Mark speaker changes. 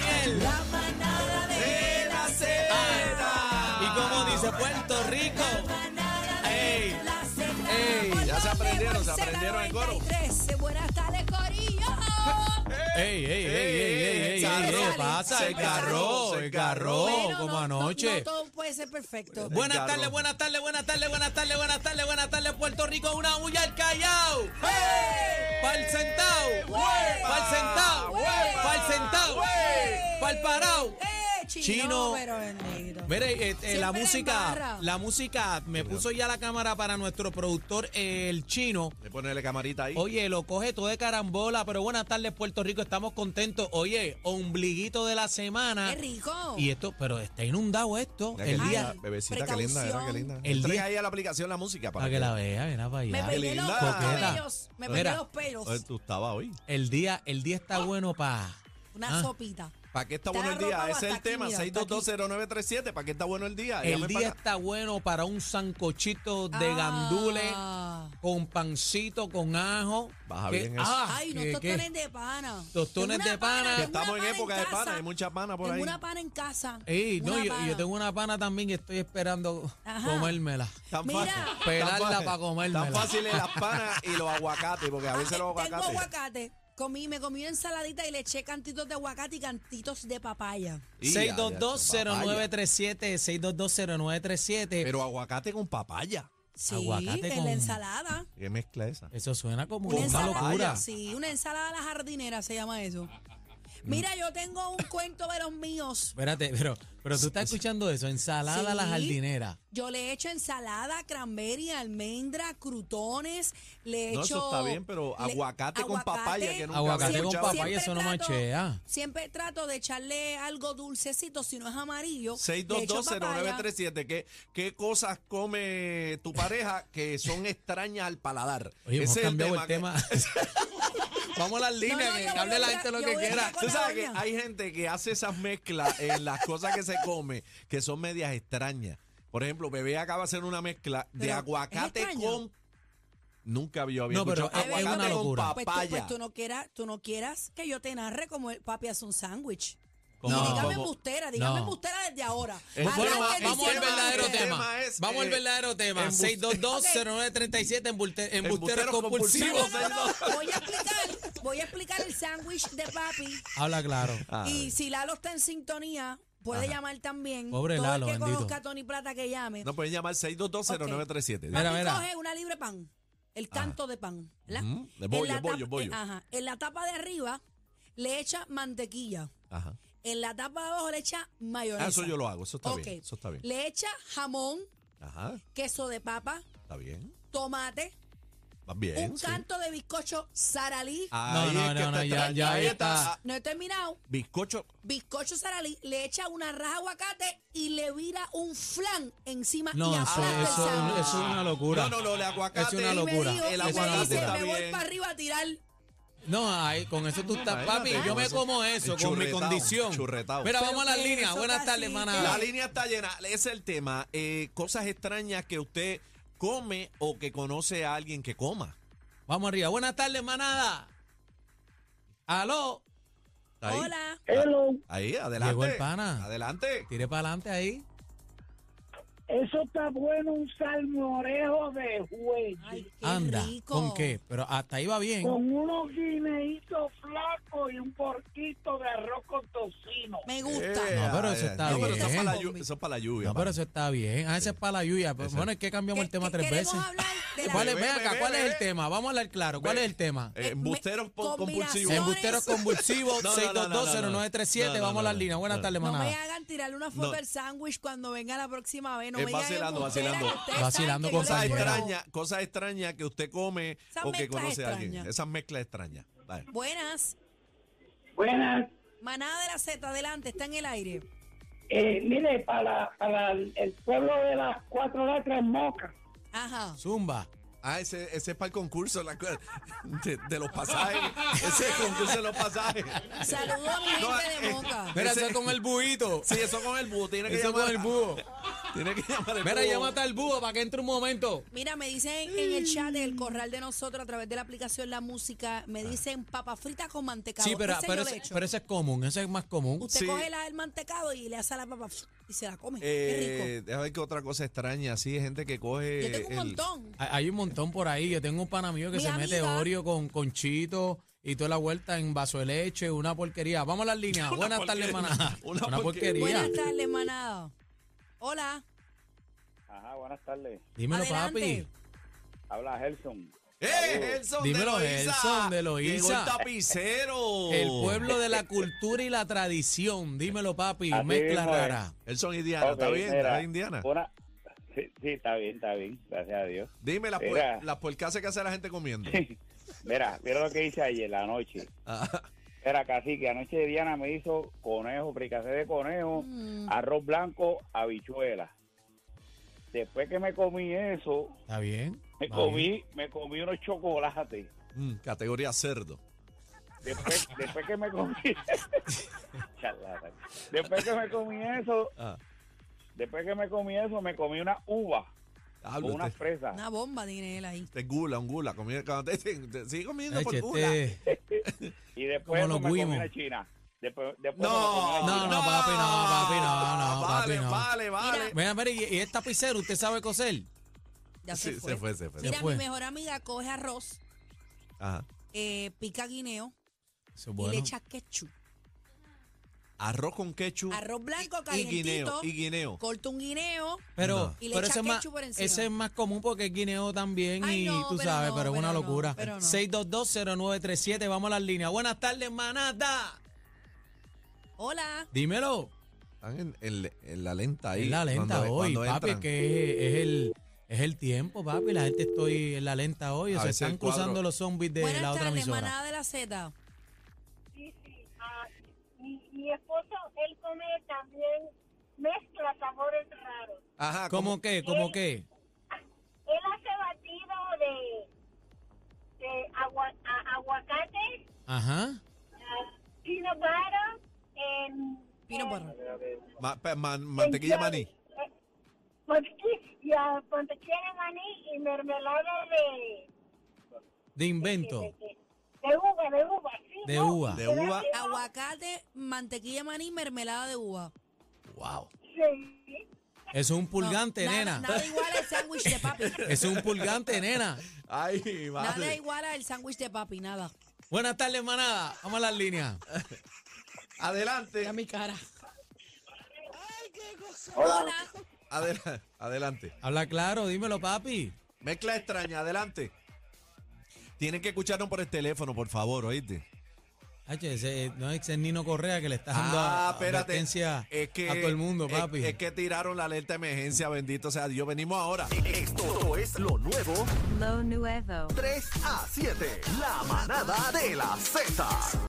Speaker 1: Nacer.
Speaker 2: La manada de la
Speaker 1: Ah, Y como dice Puerto Rico. Ey. Ey,
Speaker 2: ya se aprendieron, se aprendieron el coro.
Speaker 3: Buenas tardes, Corillo.
Speaker 1: Ey, ey, ey, ey, ey, ey,
Speaker 2: Carro.
Speaker 1: ey, ¿qué pasa?
Speaker 2: Se
Speaker 1: El carro,
Speaker 2: carro,
Speaker 1: el
Speaker 2: se
Speaker 1: carro,
Speaker 2: carro.
Speaker 3: Bueno,
Speaker 1: como
Speaker 3: no- No,
Speaker 1: anoche.
Speaker 3: no todo puede ser perfecto.
Speaker 2: Bueno.
Speaker 1: Buenas
Speaker 2: carro.
Speaker 1: tardes, buenas tardes, buenas tardes, buenas tardes, buenas tardes, buenas tardes, Puerto Rico, una bulla al Callao. Pa'l sentao,
Speaker 3: ¡Huepa!
Speaker 1: pa'l sentao,
Speaker 3: ¡Huepa!
Speaker 1: pa'l sentao,
Speaker 3: ¡Huepa!
Speaker 1: pa'l parao.
Speaker 3: Eh, chino,
Speaker 1: Chino.
Speaker 3: pero bendito.
Speaker 1: Mire, eh, eh, la
Speaker 3: Siempre
Speaker 1: música,
Speaker 3: embarra.
Speaker 1: la música, me puso ya la cámara para nuestro productor, eh, el chino.
Speaker 2: Le ponerle camarita ahí.
Speaker 1: Oye, lo coge todo de carambola, pero buenas tardes, Puerto Rico, estamos contentos. Oye, ombliguito de la semana.
Speaker 3: Qué rico.
Speaker 1: Y esto, pero está inundado esto.
Speaker 2: Mira qué
Speaker 1: El día.
Speaker 2: linda, bebecita, qué linda, mira qué linda.
Speaker 1: El
Speaker 2: Entra
Speaker 1: día-
Speaker 2: ahí a la aplicación la música para
Speaker 1: Para que la vea, mira para
Speaker 3: me
Speaker 1: allá.
Speaker 2: pe-
Speaker 3: peiné los
Speaker 2: linda.
Speaker 3: cabellos. Me peiné
Speaker 1: Mira.
Speaker 3: los pelos.
Speaker 2: Oye, tú estabas hoy.
Speaker 1: El día, el día
Speaker 2: Ah.
Speaker 1: está bueno para.
Speaker 3: Una
Speaker 1: Ah.
Speaker 3: sopita.
Speaker 2: ¿Para qué está
Speaker 3: Está
Speaker 2: bueno el día?
Speaker 3: arropado
Speaker 2: Ese es el
Speaker 3: hasta aquí,
Speaker 2: tema,
Speaker 3: mira, hasta aquí.
Speaker 2: 6220937. ¿Para qué está bueno el día?
Speaker 1: El
Speaker 2: Llame
Speaker 1: día
Speaker 2: Ah, para-
Speaker 1: está bueno para un sancochito de gandules
Speaker 3: Ah.
Speaker 1: con pancito, con ajo.
Speaker 2: Baja bien eso.
Speaker 1: ah,
Speaker 3: Ay, unos
Speaker 1: que- que-
Speaker 3: tostones de pana.
Speaker 1: Tostones
Speaker 3: Tengo
Speaker 1: de
Speaker 3: una
Speaker 1: pana.
Speaker 3: tengo
Speaker 2: Estamos
Speaker 3: una
Speaker 2: en época de pana,
Speaker 3: casa.
Speaker 2: hay mucha pana por
Speaker 3: Tengo
Speaker 2: ahí.
Speaker 3: una pana en casa.
Speaker 1: Ey, no,
Speaker 3: Una
Speaker 1: yo,
Speaker 3: pana.
Speaker 1: yo tengo una pana también y estoy esperando
Speaker 3: Ajá.
Speaker 1: comérmela.
Speaker 2: Tan
Speaker 3: Mira.
Speaker 2: fácil.
Speaker 1: Pelarla
Speaker 2: Tan fácil.
Speaker 1: pa' comérmela.
Speaker 2: Tan fácil es las panas y los aguacates, porque a veces los
Speaker 3: Ah, Tengo
Speaker 2: aguacates.
Speaker 3: aguacate. Comí, me comí una ensaladita y le eché cantitos de aguacate y cantitos de papaya.
Speaker 2: Y ya, ya, papaya.
Speaker 1: 6220937, 6220937.
Speaker 2: Pero aguacate con papaya.
Speaker 3: Sí,
Speaker 1: Aguacate
Speaker 3: en
Speaker 1: con-
Speaker 3: la ensalada.
Speaker 2: ¿Qué mezcla esa?
Speaker 1: Eso suena como
Speaker 3: Una
Speaker 1: una
Speaker 3: ensalada,
Speaker 1: locura.
Speaker 3: sí, una ensalada a la jardinera se llama eso. Mira, yo tengo un cuento de los míos.
Speaker 1: Espérate, pero, pero tú estás escuchando eso, ensalada a la
Speaker 3: Sí.
Speaker 1: jardinera.
Speaker 3: Yo le echo ensalada, cranberry, almendra, crutones, le echo...
Speaker 2: No, eso está bien, pero aguacate con papaya, que nunca
Speaker 1: Aguacate
Speaker 3: Siempre-
Speaker 1: con
Speaker 3: siempre
Speaker 1: papaya, eso no
Speaker 3: trato-
Speaker 1: machea.
Speaker 3: Siempre trato de echarle algo dulcecito, si no es amarillo. le echo papaya.
Speaker 2: 6220937. ¿Qué, ¿Qué cosas come tu pareja que son extrañas al paladar?
Speaker 1: Oye, hemos
Speaker 2: Ese es
Speaker 1: cambiado el tema.
Speaker 2: Vamos a las líneas,
Speaker 3: No, no,
Speaker 2: que
Speaker 3: yo voy
Speaker 2: hable la
Speaker 3: a-
Speaker 2: gente lo
Speaker 3: yo
Speaker 2: que
Speaker 3: voy a
Speaker 2: quiera.
Speaker 3: hablar con
Speaker 2: Tú
Speaker 3: la
Speaker 2: sabes que
Speaker 3: doña.
Speaker 2: hay gente que hace esas mezclas en las cosas que se come que son medias extrañas. Por ejemplo, bebé acaba de hacer una mezcla de
Speaker 3: Pero, ¿es
Speaker 2: aguacate
Speaker 3: extraño?
Speaker 2: con. Nunca vio había
Speaker 1: No, pero
Speaker 2: escuchado
Speaker 1: es-
Speaker 3: es
Speaker 2: aguacate
Speaker 3: una
Speaker 1: locura.
Speaker 2: con
Speaker 3: Pues tú,
Speaker 2: papaya.
Speaker 3: pues tú no quieras, tú no quieras que yo te narre como el papi hace un sándwich.
Speaker 2: Como-
Speaker 1: No.
Speaker 3: Y dígame
Speaker 2: como-
Speaker 3: embustera, dígame
Speaker 1: No.
Speaker 3: embustera desde ahora.
Speaker 2: Eh,
Speaker 3: Arranque
Speaker 1: Bueno, va-
Speaker 2: el
Speaker 1: vamos al
Speaker 3: diciendo
Speaker 1: verdadero
Speaker 3: embustera.
Speaker 1: tema.
Speaker 2: es,
Speaker 1: vamos al
Speaker 2: eh,
Speaker 1: verdadero tema.
Speaker 2: embuste-
Speaker 1: 6220937, embulte- embusteros
Speaker 2: Embusteros
Speaker 1: compulsivos.
Speaker 2: compulsivos.
Speaker 3: No, no, no, Voy a explicar, voy a explicar el sándwich de papi.
Speaker 1: Habla claro.
Speaker 2: Ah,
Speaker 3: Y si Lalo está en sintonía, puede llamar también.
Speaker 1: Pobre
Speaker 3: Todo
Speaker 1: Lalo,
Speaker 3: el que
Speaker 1: bendito.
Speaker 3: conozca a Tony Plata que llame.
Speaker 2: No pues pueden llamar 6220937.
Speaker 1: Mira,
Speaker 3: Papi
Speaker 1: mira.
Speaker 3: coge una libre pan, el canto de pan, ¿verdad?
Speaker 2: Ujú, de
Speaker 3: En
Speaker 2: bollo,
Speaker 3: la
Speaker 2: bollo,
Speaker 3: tapa-
Speaker 2: bollo.
Speaker 3: eh, ajá. En la tapa de arriba le echa mantequilla.
Speaker 2: Ajá.
Speaker 3: En la tapa de abajo le echa mayonesa.
Speaker 2: Ah, eso yo lo hago, eso está bien.
Speaker 3: Ok.
Speaker 2: Eso está bien.
Speaker 3: Le echa jamón,
Speaker 2: Ajá,
Speaker 3: queso de papa,
Speaker 2: está bien.
Speaker 3: tomate,
Speaker 2: Va bien.
Speaker 3: un
Speaker 2: sí. Ah.
Speaker 3: canto de bizcocho saralí.
Speaker 2: Ahí
Speaker 1: No,
Speaker 2: es
Speaker 1: no,
Speaker 2: que
Speaker 1: no, no,
Speaker 2: está
Speaker 1: ya- ya
Speaker 2: ahí
Speaker 1: está.
Speaker 2: Ah,
Speaker 3: No he terminado.
Speaker 2: Bizcocho.
Speaker 3: Bizcocho saralí, le echa una raja de aguacate y le vira un flan encima
Speaker 1: No,
Speaker 3: y
Speaker 1: eso,
Speaker 3: aplasta el
Speaker 1: eso-
Speaker 3: sándwich.
Speaker 1: eso es una locura.
Speaker 2: No, no, no, el aguacate.
Speaker 1: Es una
Speaker 3: Y
Speaker 1: locura.
Speaker 3: me dijo,
Speaker 2: El
Speaker 3: y me
Speaker 2: aguacate
Speaker 3: dice,
Speaker 2: está
Speaker 3: me voy
Speaker 2: bien.
Speaker 3: para arriba a tirar.
Speaker 1: No, ay, con eso tú estás, papi.
Speaker 2: Imagínate,
Speaker 1: Yo
Speaker 2: con
Speaker 1: me
Speaker 2: eso.
Speaker 1: como eso,
Speaker 2: El
Speaker 1: con mi
Speaker 2: churretao,
Speaker 1: condición.
Speaker 2: churretao.
Speaker 1: Mira,
Speaker 3: Pero
Speaker 1: vamos a las
Speaker 3: que
Speaker 1: líneas.
Speaker 3: eso,
Speaker 1: Buenas tardes,
Speaker 3: cacique.
Speaker 1: hermana.
Speaker 2: La línea está llena. Ese es el tema. Eh, cosas extrañas que usted come o que conoce a alguien que coma.
Speaker 1: Vamos arriba. Buenas tardes, manada. Aló.
Speaker 2: Está Ahí.
Speaker 3: Hola.
Speaker 4: Ah.
Speaker 5: Hello,
Speaker 2: Ahí, adelante.
Speaker 1: Llegó el pana.
Speaker 2: Adelante.
Speaker 1: Tire para adelante ahí.
Speaker 5: eso está bueno, un salmorejo de
Speaker 3: Ay,
Speaker 5: juez.
Speaker 3: qué
Speaker 1: Anda.
Speaker 3: rico.
Speaker 1: ¿Con qué? Pero hasta ahí va bien.
Speaker 5: Con unos guineitos flacos y un porquito de arroz con tocino.
Speaker 3: Me gusta.
Speaker 2: Eh,
Speaker 1: No, pero eso
Speaker 2: ay,
Speaker 1: está
Speaker 2: no, pero eso es
Speaker 1: bien.
Speaker 2: para la llu- eso es para la lluvia.
Speaker 1: No, pero
Speaker 2: pana.
Speaker 1: eso está bien. Ah, ese es para la lluvia. Pero
Speaker 2: Ese.
Speaker 1: Bueno, es que cambiamos el
Speaker 3: Que-
Speaker 1: tema
Speaker 3: que
Speaker 1: tres
Speaker 3: queremos
Speaker 1: veces.
Speaker 3: hablar de la-
Speaker 1: ¿Cuál es?
Speaker 2: Bebe,
Speaker 1: Ven acá,
Speaker 2: bebe,
Speaker 1: ¿cuál es el
Speaker 2: bebe.
Speaker 1: tema? Vamos a hablar claro. ¿Cuál
Speaker 2: Ve.
Speaker 1: es el tema?
Speaker 2: Eh, embusteros po-
Speaker 3: combinaciones.
Speaker 2: compulsivos.
Speaker 3: Eh,
Speaker 1: Embusteros convulsivos,
Speaker 2: No, no, no, no, no, no.
Speaker 1: 6220937.
Speaker 2: No, no,
Speaker 1: Vamos a las
Speaker 2: no,
Speaker 1: líneas. Buenas
Speaker 2: no.
Speaker 1: tardes,
Speaker 3: No me
Speaker 1: manada.
Speaker 3: hagan tirarle una foto
Speaker 2: No.
Speaker 3: del sándwich cuando venga la próxima vez. No
Speaker 2: Es
Speaker 3: me digan
Speaker 2: vacilando,
Speaker 3: embustera,
Speaker 2: vacilando.
Speaker 3: que ustedes saben
Speaker 1: Vacilando
Speaker 3: que yo
Speaker 1: con
Speaker 2: Cosas
Speaker 3: les pruebo.
Speaker 1: Salmuera.
Speaker 2: extrañas, cosas extrañas que usted come
Speaker 3: Esas
Speaker 2: o que
Speaker 3: mezclas
Speaker 2: conoce a alguien.
Speaker 3: extrañas.
Speaker 2: Esas mezclas extrañas. Dale.
Speaker 3: Buenas.
Speaker 5: Buenas.
Speaker 3: Manada de la Z, adelante, está en el aire.
Speaker 5: Eh, mire, para, para el el pueblo de las cuatro letras mocas.
Speaker 3: Ajá.
Speaker 1: Zumba.
Speaker 2: Ah, ese, ese es para el concurso la cu- de, de los pasajes. Ese es el concurso de los pasajes.
Speaker 3: Saludos a mi
Speaker 2: No,
Speaker 3: gente de
Speaker 2: eh,
Speaker 3: Moca.
Speaker 1: Mira,
Speaker 2: Ese-
Speaker 1: eso es con el buhito.
Speaker 2: Sí, eso con el búho. Tiene que
Speaker 1: Eso
Speaker 2: llamar
Speaker 1: con el búho.
Speaker 2: Tiene que llamar el
Speaker 1: Mira,
Speaker 2: búho.
Speaker 1: llámate al búho para que entre un momento.
Speaker 3: Mira, me dicen en el chat del corral de nosotros a través de la aplicación La Música, me dicen papa frita con mantecado.
Speaker 1: Sí, pero,
Speaker 3: Ese
Speaker 1: pero,
Speaker 3: yo le
Speaker 1: ese,
Speaker 3: echo.
Speaker 1: pero ese es común, ese es más común.
Speaker 3: Usted
Speaker 2: Sí.
Speaker 3: coge la, el mantecado y le hace a la papa f- y se la come. Qué
Speaker 2: Eh, déjame ver qué otra cosa extraña. Así, gente que coge.
Speaker 3: rico. Yo tengo un
Speaker 2: el-
Speaker 3: montón.
Speaker 1: Hay, hay un montón por ahí. Yo tengo un pana mío que
Speaker 3: Mi
Speaker 1: se mete
Speaker 3: amiga.
Speaker 1: Oreo con, con chito y toda la vuelta en vaso de leche, una porquería. Vamos a las líneas. Buenas tardes,
Speaker 2: porquería.
Speaker 1: hermana.
Speaker 2: Una
Speaker 1: Una
Speaker 2: porquería.
Speaker 1: porquería.
Speaker 3: Buenas tardes, manada. Hola.
Speaker 4: Ajá, buenas tardes.
Speaker 1: Dímelo,
Speaker 3: Adelante.
Speaker 1: papi.
Speaker 4: Habla Gerson.
Speaker 2: ¡Eh, Gelson
Speaker 1: Dímelo,
Speaker 2: de Loíza!
Speaker 1: Gelson de Loíza.
Speaker 2: Llegó el tapicero.
Speaker 1: El pueblo de la cultura y la tradición. Dímelo, papi.
Speaker 4: Así
Speaker 1: Mezcla
Speaker 4: mismo es.
Speaker 1: rara.
Speaker 2: Gelson e Indiana, ¿está
Speaker 4: Ok,
Speaker 2: bien?
Speaker 4: mira, Pues,
Speaker 2: ¿Está bien, Indiana?
Speaker 4: una- Sí, sí, está bien, está bien. Gracias a Dios.
Speaker 2: Dime las, puer-
Speaker 4: Mira.
Speaker 2: las puercasas que hace la gente comiendo.
Speaker 4: Mira, mira lo que hice ayer, la noche.
Speaker 2: Ah,
Speaker 4: Mira, casi que anoche Diana me hizo conejo, fricasé de conejo,
Speaker 3: Mm.
Speaker 4: arroz blanco, habichuela. Después que me comí eso,
Speaker 1: ¿Está bien? Va
Speaker 4: me
Speaker 1: bien.
Speaker 4: comí, me comí unos chocolates.
Speaker 2: mm, categoría cerdo.
Speaker 4: Después, después que me comí... Charlatán. después que me comí eso,
Speaker 2: Ah,
Speaker 4: después que me comí eso, me comí una uva
Speaker 2: hablo,
Speaker 4: con unas
Speaker 2: te,
Speaker 4: fresas.
Speaker 3: Una bomba tiene él ahí.
Speaker 2: te gula, un gula. comí- te- te- te- sigue comiendo por
Speaker 1: Eche,
Speaker 2: gula.
Speaker 1: este-
Speaker 4: Y después
Speaker 1: Como los
Speaker 4: me comí
Speaker 1: guimos.
Speaker 4: una china. Después, después me comí
Speaker 2: No,
Speaker 4: una
Speaker 1: No,
Speaker 4: china.
Speaker 1: no, papi, no, papi, no, no,
Speaker 2: Vale,
Speaker 1: papi, no.
Speaker 2: vale, vale.
Speaker 1: Mira, mira, y, y esta tapicero, ¿usted sabe coser?
Speaker 3: Ya
Speaker 2: Sí,
Speaker 3: se, fue.
Speaker 2: se fue, se fue.
Speaker 1: Se
Speaker 3: Mira,
Speaker 1: fue.
Speaker 3: mi mejor amiga coge arroz,
Speaker 2: Ajá.
Speaker 3: eh, pica guineo
Speaker 1: Eso es
Speaker 3: y le
Speaker 1: bueno.
Speaker 3: echa ketchup.
Speaker 2: Arroz con ketchup.
Speaker 3: Arroz blanco
Speaker 2: y guineo,
Speaker 3: calientito.
Speaker 2: y guineo.
Speaker 3: Corta un guineo.
Speaker 1: Pero,
Speaker 2: No.
Speaker 3: Y le
Speaker 1: pero
Speaker 3: echa
Speaker 1: ese, es más,
Speaker 3: ketchup por encima.
Speaker 1: ese es más común porque es guineo también
Speaker 3: Ay,
Speaker 1: y
Speaker 3: no,
Speaker 1: tú
Speaker 3: pero
Speaker 1: sabes,
Speaker 3: no,
Speaker 1: pero es una
Speaker 3: pero no,
Speaker 1: locura.
Speaker 3: pero no.
Speaker 1: 6220937, vamos a las líneas. Buenas tardes, manada.
Speaker 3: Hola.
Speaker 1: Dímelo.
Speaker 2: Están en, en- en la lenta ahí.
Speaker 1: es la lenta
Speaker 2: cuando-
Speaker 1: hoy,
Speaker 2: cuando
Speaker 1: papi, es
Speaker 2: entran.
Speaker 1: que es, es el, es el tiempo, papi. La gente estoy en la lenta hoy.
Speaker 2: A
Speaker 1: se
Speaker 2: veces
Speaker 1: están
Speaker 2: el cuadro-
Speaker 1: cruzando los zombies de
Speaker 3: Buenas
Speaker 1: la otra
Speaker 3: tardes,
Speaker 1: emisora.
Speaker 3: manada de la Z.
Speaker 6: Sí, sí. Ah, mi, mi esposo, él come también, mezcla sabores raros.
Speaker 2: Ajá,
Speaker 1: ¿Cómo
Speaker 2: como
Speaker 1: qué? ¿Cómo qué?
Speaker 6: Él hace batido de, de agua- a- aguacate,
Speaker 1: Ajá.
Speaker 6: ah, pino barro, en...
Speaker 3: Pino
Speaker 6: en-
Speaker 3: barro.
Speaker 2: ma- pa- man- mantequilla
Speaker 6: en-
Speaker 2: maní.
Speaker 6: eh, mantequi- y, ah, Mantequilla de maní y mermelada de...
Speaker 1: De invento.
Speaker 6: De, de- de uva, de uva, sí,
Speaker 1: De
Speaker 6: ¿no?
Speaker 1: uva.
Speaker 2: De
Speaker 6: Pero
Speaker 2: uva.
Speaker 6: sí, no,
Speaker 3: Aguacate, mantequilla de maní, mermelada de uva.
Speaker 2: Wow.
Speaker 6: sí.
Speaker 1: Eso es un pulgante,
Speaker 3: No, nada-
Speaker 1: nena.
Speaker 3: Nada, igual al sándwich de papi.
Speaker 1: Eso es un pulgante, nena.
Speaker 2: Ay,
Speaker 3: nada
Speaker 2: vale.
Speaker 3: igual al sándwich de papi, nada.
Speaker 1: Buenas tardes, manada. Vamos a las líneas.
Speaker 2: Adelante.
Speaker 3: Mira mi cara.
Speaker 4: Hola.
Speaker 2: Adela- adelante.
Speaker 1: Habla claro, dímelo, papi.
Speaker 2: Mezcla extraña, adelante. Tienen que escucharnos por el teléfono, por favor, ¿oíste?
Speaker 1: H, ese, eh, no ese es Nino Correa que le está dando a-
Speaker 2: Ah,
Speaker 1: a-
Speaker 2: espérate.
Speaker 1: advertencia
Speaker 2: Es que,
Speaker 1: a todo el mundo,
Speaker 2: es-
Speaker 1: papi.
Speaker 2: Es, que tiraron la alerta de emergencia, bendito sea Dios. Venimos ahora.
Speaker 7: Esto es lo nuevo. Lo nuevo. 3 a 7. La manada de la Z.